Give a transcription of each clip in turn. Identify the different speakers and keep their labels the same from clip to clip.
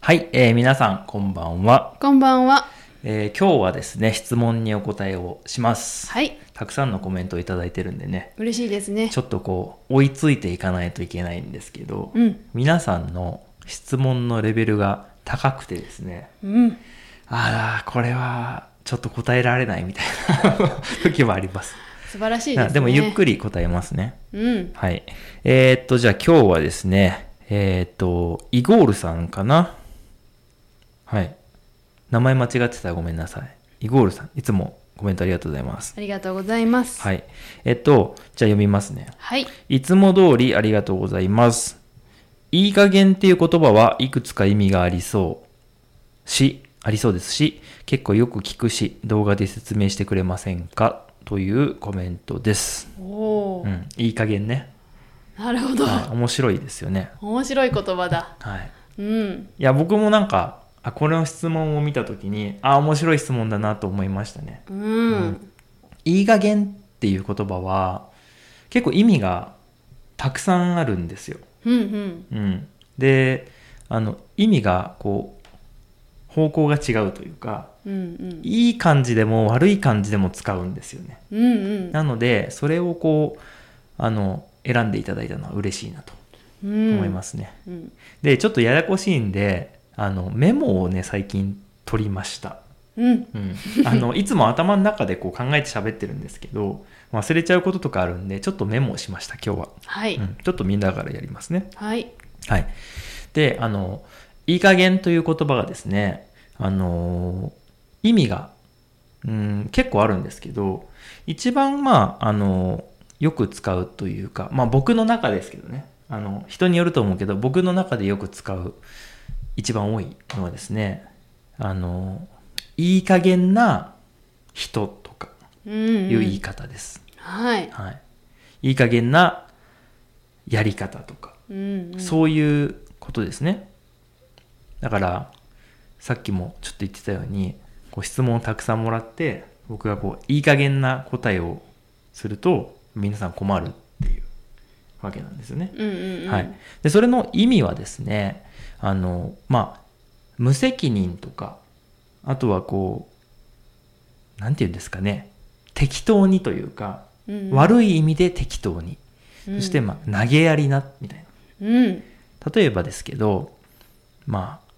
Speaker 1: はい、えー皆さん、こんばんは、
Speaker 2: こんばんは。
Speaker 1: えー今日はですね、質問にお答えをします。
Speaker 2: はい。
Speaker 1: たくさんのコメントをいただいてるんでね、
Speaker 2: 嬉しいですね
Speaker 1: ち。ょっとこう、追いついていかないといけないんですけど、
Speaker 2: うん。
Speaker 1: 皆さんの質問のレベルが高くてですね、
Speaker 2: うん。
Speaker 1: あら、これは、ちょっと答えられないみたいな 時もあります。
Speaker 2: 素晴らしいです
Speaker 1: あ
Speaker 2: ね。
Speaker 1: でも、ゆっく
Speaker 2: り。
Speaker 1: り答えますね。
Speaker 2: うん。
Speaker 1: はい。えーっと、じゃあ今日はですね、えーっと、イゴールさんかなはい。名前間違ってたらごめんなさい。イゴールさん、いつもコメントありがとうございます。
Speaker 2: ありがとうございます。。
Speaker 1: はいい。えっと、じゃあ読みますね。
Speaker 2: はい。
Speaker 1: いつも通りありがとうございます。いい加減っていう言葉はいくつか意味がありそうし、ありそうですし、結構よく聞くし、動画で説明してくれませんかというコメントです。
Speaker 2: おお、
Speaker 1: うん、いい加減ね。
Speaker 2: なるほど。
Speaker 1: はい面白いですよね。
Speaker 2: 面白い言葉だ。
Speaker 1: はい、
Speaker 2: うん。
Speaker 1: いや僕もなんかあこれの質問を見た時にあ面白い質問だなと思いましたね。
Speaker 2: うん。
Speaker 1: いい加減っていう言葉は結構意味がたくさんあるんですよ。
Speaker 2: うん。うん。
Speaker 1: うん、であの意味がこう方向が違うというか
Speaker 2: うん。うん。
Speaker 1: いい感じでも悪い感じでも使うんですよね。
Speaker 2: うん。
Speaker 1: なのでそれをこうあの選んでいただいたのは嬉しいなと
Speaker 2: うん。。
Speaker 1: 思いますすね。
Speaker 2: うん。
Speaker 1: でちょっとややこしいんであのメモをね最近取りました、
Speaker 2: う
Speaker 1: う
Speaker 2: ん。
Speaker 1: ん、 あのいつも頭の中でこう考えて喋ってるんですけど忘れちゃうこととかあるんでちょっとメモをしました今日は、
Speaker 2: はい。
Speaker 1: うん、ちょっとみんなからやりますね
Speaker 2: はい。
Speaker 1: はいであのいい加減という言葉がですねあの意味がうん結構あるんですけど一番まああのよく使うというかまあ僕の中ですけどねあの人によると思うけど僕の中でよく使う一番多いのはですねあのいい加減な人とか
Speaker 2: うん。
Speaker 1: いう言い。方です、
Speaker 2: はい。
Speaker 1: はいいい加減なやり方とか
Speaker 2: うん。うん。
Speaker 1: そういうことですね。だから、さっきもちょっと言ってたように、こう質問をたくさんもらって、僕がこう、いい加減な答えをすると、皆さん困るっていうわけなんですよね。
Speaker 2: うん。うん。うん。
Speaker 1: はい。。で、それの意味はですね、あの、まあ、無責任とか、あとはこう、なんて言うんですかね、適当にというか、
Speaker 2: うん。
Speaker 1: 悪い意味で適当に。
Speaker 2: うん
Speaker 1: そして、。まあ、投げやりな、みたいな。
Speaker 2: うん。
Speaker 1: 例えばですけどまあ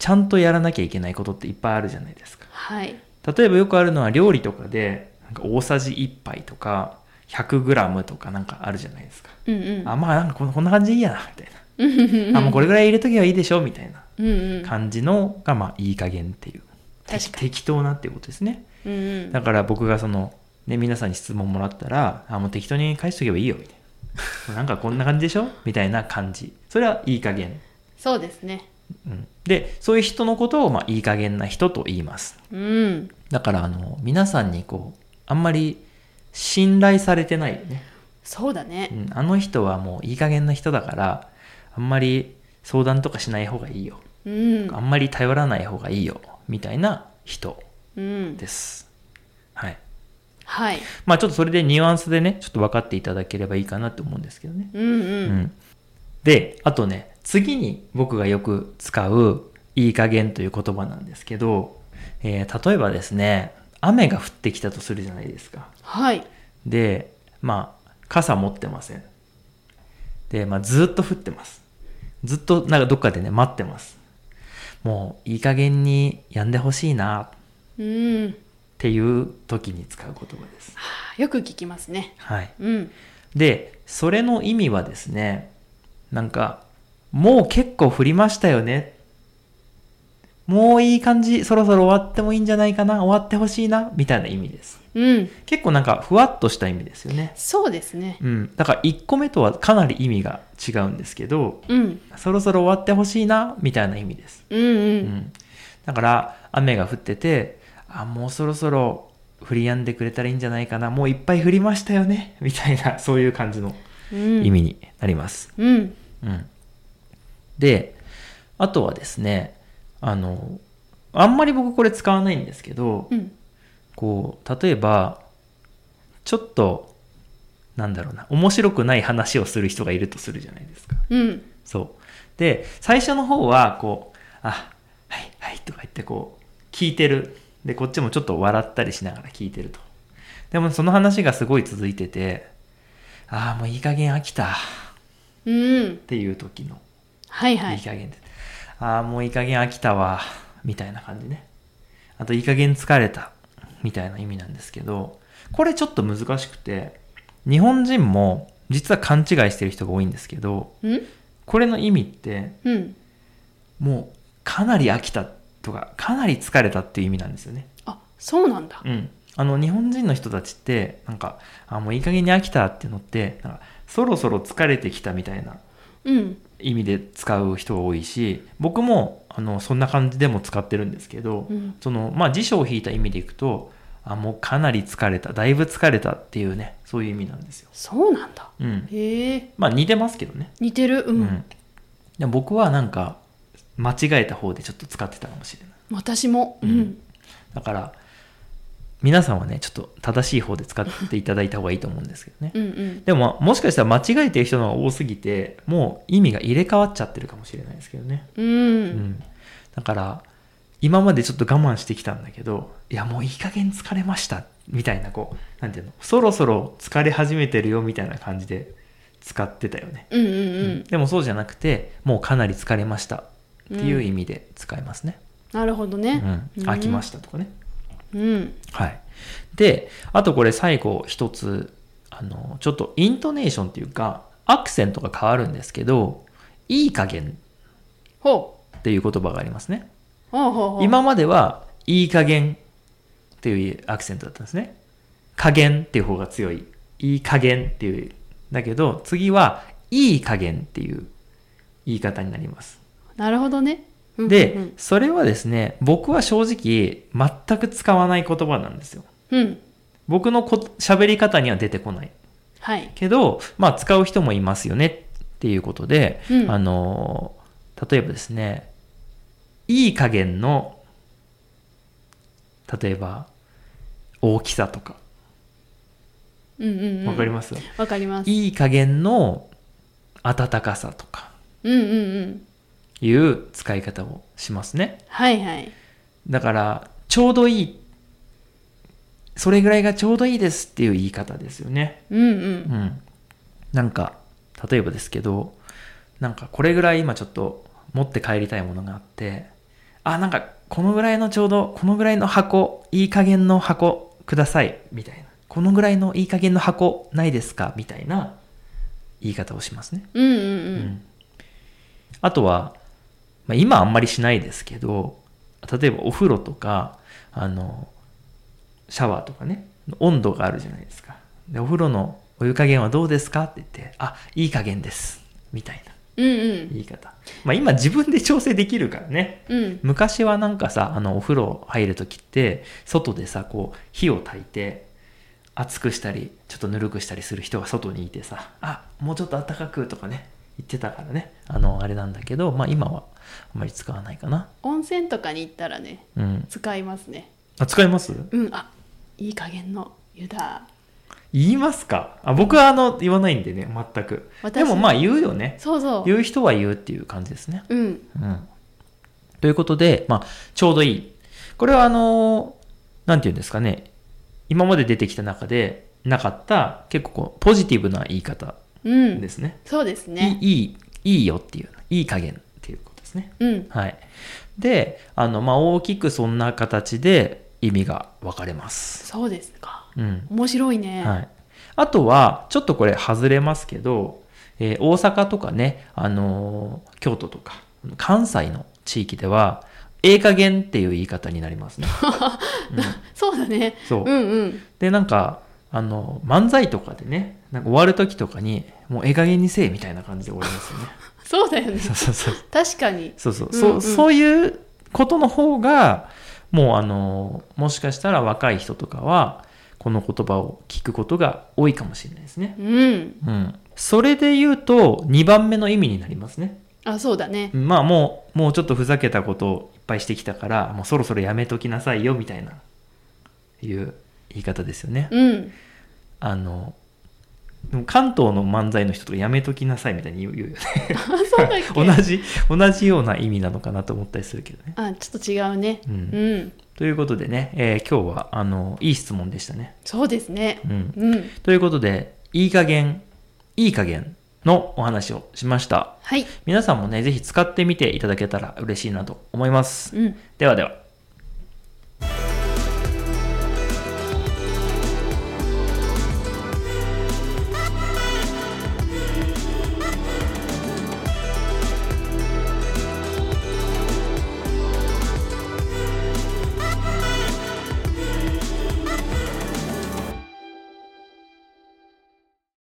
Speaker 1: ちゃんとやらなきゃいけないことっていっぱいあるじゃないですか
Speaker 2: はい。
Speaker 1: 例えばよくあるのは料理とかでなんか大さじ1杯とか 100g とかなんかあるじゃないですか、
Speaker 2: うん。うん。
Speaker 1: あまあなんかこんこんな感じでいいやなみたい
Speaker 2: うん。うん。
Speaker 1: な、あもうこれぐらい入れときゃいいでしょみたいな
Speaker 2: れ。うん。うん。
Speaker 1: 感じのがまあいい加減っていう
Speaker 2: 確かに。
Speaker 1: 適当なっていうことですね
Speaker 2: うん。うん。
Speaker 1: だから僕がその、ね、皆さんに質問もらったらあもう適当に返しとけばいいよみたいな なんかこんな感じでしょみたいな感じそれはいい加減
Speaker 2: そうですね。
Speaker 1: うんでそういう人のことを、まあ、いい加減な人と言います
Speaker 2: うん。
Speaker 1: だからあの皆さんにこうあんまり信頼されてないよね、
Speaker 2: そうだね
Speaker 1: う。ん、あの人はもういい加減な人だからあんまり相談とかしない方がいいよ
Speaker 2: うん
Speaker 1: あ。んまり頼らない方がいいよみたいな人
Speaker 2: うん。
Speaker 1: ですはい
Speaker 2: はい。
Speaker 1: まあちょっとそれでニュアンスでねちょっと分かっていただければいいかなと思うんですけどね
Speaker 2: うん
Speaker 1: う
Speaker 2: うん。
Speaker 1: ん、であとね次に僕がよく使う「いい加減」という言葉なんですけど、えー例えばですね雨が降ってきたとするじゃないですか
Speaker 2: はい。
Speaker 1: でまあ傘持ってませんで、まあ、ずっと降ってますずっとなんかどっかでね待ってますもういい加減にやんでほしいなっ
Speaker 2: うん。
Speaker 1: ていう時に使う言葉です
Speaker 2: はあよく聞きますね。
Speaker 1: はい
Speaker 2: うん。
Speaker 1: でそれの意味はですねなんかもう結構降りましたよねもういい感じそろそろ終わってもいいんじゃないかな終わってほしいなみたいな意味です
Speaker 2: うん。
Speaker 1: 結構なんかふわっとした意味ですよね
Speaker 2: そうですね。
Speaker 1: うんだから1個目とはかなり意味が違うんですけど
Speaker 2: うん。
Speaker 1: そろそろ終わってほしいなみたいな意味です
Speaker 2: うんう。
Speaker 1: うんんだから雨が降っててあもうそろそろ降り止んでくれたらいいんじゃないかなもういっぱい降りましたよねみたいなそういう感じの
Speaker 2: うん。
Speaker 1: 意。味になります。
Speaker 2: うん。
Speaker 1: うん、であとはですねあのあんまり僕これ使わないんですけど、
Speaker 2: うん。
Speaker 1: こう例えばちょっとなんだろうな面白くない話をする人がいるとするじゃないですか。
Speaker 2: うん。
Speaker 1: そうで最初の方はこうあはいはいとか言ってこう聞いてるでこっちもちょっと笑ったりしながら聞いてるとでもその話がすごい続いててああもういい加減飽きたっ
Speaker 2: うん。
Speaker 1: ていう時の
Speaker 2: はいはい
Speaker 1: い
Speaker 2: い。
Speaker 1: 加減で、ああ、もういい加減飽きたわ、みたいな感じね。あと、いい加減疲れた、みたいな意味なんですけど、これちょっと難しくて、日本人も実は勘違いしてる人が多いんですけど、
Speaker 2: うん
Speaker 1: これの意味って、
Speaker 2: うん。
Speaker 1: もうかなり飽きたとか、かなり疲れたっていう意味なんですよね。
Speaker 2: あ、そうなんだ。
Speaker 1: うん。あの、日本人の人たちって、なんか、あもういい加減に飽きたっていうのって、なんか、そろそろ疲れてきたみたいな
Speaker 2: うん。
Speaker 1: 意味で使う人が多いし僕もあのそんな感じでも使ってるんですけど、
Speaker 2: うん
Speaker 1: そのまあ辞書を引いた意味でいくとあもうかなり疲れただいぶ疲れたっていうねそういう意味なんですよ。
Speaker 2: そうなんだ。
Speaker 1: うん、
Speaker 2: へえ。
Speaker 1: まあ似てますけどね。
Speaker 2: 似てる。う。
Speaker 1: うんでも僕はなんか間違えた方でちょっと使ってたかもしれない。
Speaker 2: 私も。う。
Speaker 1: うんだから皆さんはねちょっと正しい方で使っていただいた方がいいと思うんですけどね。
Speaker 2: うんうん。
Speaker 1: でももしかしたら間違えてる人の方が多すぎてもう意味が入れ替わっちゃってるかもしれないですけどね。
Speaker 2: う。
Speaker 1: うんん、だから今までちょっと我慢してきたんだけどいやもういい加減疲れましたみたいなこうなんていうのそろそろ疲れ始めてるよみたいな感じで使ってたよね、
Speaker 2: うんうん
Speaker 1: う
Speaker 2: うん。
Speaker 1: でもそうじゃなくてもうかなり疲れましたっていう意味で使えますね、
Speaker 2: なるほど
Speaker 1: う
Speaker 2: ね
Speaker 1: ん。飽きま
Speaker 2: し
Speaker 1: したとかね
Speaker 2: た。うん。
Speaker 1: はいであとこれ最後一つあのちょっとイントネーションっていうかアクセントが変わるんですけどいい加減
Speaker 2: ほう。
Speaker 1: っていう言葉がありますね
Speaker 2: ほうほうほう。。
Speaker 1: 今まではいい加減っていうアクセントだったんですね。加減っていう方が強い。いい加減っていう。だけど、次はいい加減っていう言い方になります。
Speaker 2: なるほどね。うん
Speaker 1: で、
Speaker 2: うん
Speaker 1: それはですね、僕は正直全く使わない言葉なんですよ。
Speaker 2: うん。うん。
Speaker 1: 僕のこ喋り方には出てこない。
Speaker 2: はい。
Speaker 1: けど、まあ使う人もいますよねっていうことで、
Speaker 2: うん
Speaker 1: あのー、例えばですね、いい加減の、例えば、大きさとか、
Speaker 2: うんうんうん。
Speaker 1: わかります、
Speaker 2: わかります。
Speaker 1: いい加減の暖かさとか
Speaker 2: うんうんうん。
Speaker 1: いう使い方をしますね。
Speaker 2: はいはい。
Speaker 1: だから、ちょうどいい、それぐらいがちょうどいいですっていう言い方ですよね。
Speaker 2: うんう。
Speaker 1: うんん、なんか例えばですけどなんかこれぐらい今ちょっと持って帰りたいものがあってあなんかこのぐらいのちょうどこのぐらいの箱いい加減の箱くださいみたいなこのぐらいのいい加減の箱ないですかみたいな言い方をしますね、
Speaker 2: うん
Speaker 1: う
Speaker 2: う
Speaker 1: んあとは、まあ、今あんまりしないですけど例えばお風呂とかあのシャワーとかね温度があるじゃないですかでお風呂のお湯加減はどうですかって言ってあいい加減ですみたいな
Speaker 2: うん。うん
Speaker 1: 言い方まあ今自分で調整できるからね
Speaker 2: うん。うん。
Speaker 1: 昔はなんかさあのお風呂入る時って外でさこう火を焚いて熱くしたりちょっとぬるくしたりする人が外にいてさあもうちょっと暖かくとかね言ってたからねあのあれなんだけどまあ今はあんまり使わないかな
Speaker 2: 温泉とかに行ったらね、
Speaker 1: うん
Speaker 2: 使いますね。
Speaker 1: あ使います
Speaker 2: うん。あ、いい加減の湯だ。
Speaker 1: 言いますかあ僕はあの言わないんでね全く
Speaker 2: 私
Speaker 1: でもまあ言うよね
Speaker 2: そうそう。
Speaker 1: 言う人は言うっていう感じですね、
Speaker 2: うん。
Speaker 1: うん、ということで、まあ、ちょうどいいこれはあのなんて言うんですかね今まで出てきた中でなかった結構こうポジティブな言い方
Speaker 2: う
Speaker 1: で
Speaker 2: ん。
Speaker 1: すね,
Speaker 2: そうです
Speaker 1: い、
Speaker 2: ね。
Speaker 1: いいいいよっていういい加減っていうことですね
Speaker 2: うん。
Speaker 1: はいであの、まあ、大きくそんな形で意味が分かれます
Speaker 2: そうですか。
Speaker 1: うん
Speaker 2: 面白いね。
Speaker 1: はい、あとはちょっとこれ外れますけど、えー大阪とかね、あのー京都とか関西の地域では「ええ加減」っていう言い方になり ますね。
Speaker 2: そうだね。
Speaker 1: そう
Speaker 2: うんうん。
Speaker 1: でなんかあの漫才とかでねなんか終わる時とかに「もうええ加減にせえ」みたいな感じで終わり ますよね。
Speaker 2: そうだよね。
Speaker 1: そうそうそう
Speaker 2: 確かに。
Speaker 1: そうそう、
Speaker 2: うんうん
Speaker 1: そうそういうことの方がもうあのーもしかしたら若い人とかはこの言葉を聞くことが多いかもしれないですね。
Speaker 2: うん。
Speaker 1: うん、それで言うと2番目の意味になりますね
Speaker 2: あ、そうだね。
Speaker 1: まあもうもうちょっとふざけたことをいっぱいしてきたからもうそろそろやめときなさいよみたいないう言い方ですよね
Speaker 2: うん。
Speaker 1: あのでも関東の漫才の人とかやめときなさいみたいに言う言うよね
Speaker 2: あそうだっ け
Speaker 1: 同じ同じような意味なのかなと思ったりするけどね、
Speaker 2: あちょっと違うね
Speaker 1: うん
Speaker 2: うん
Speaker 1: ということでね、えー今日はあのいい質問でしたね、
Speaker 2: そうですね
Speaker 1: うん、
Speaker 2: うん
Speaker 1: ということでいい加減いい加減のお話をしました
Speaker 2: はい
Speaker 1: 皆さんもねぜひ使ってみていただけたら嬉しいなと思います
Speaker 2: うん
Speaker 1: ではでは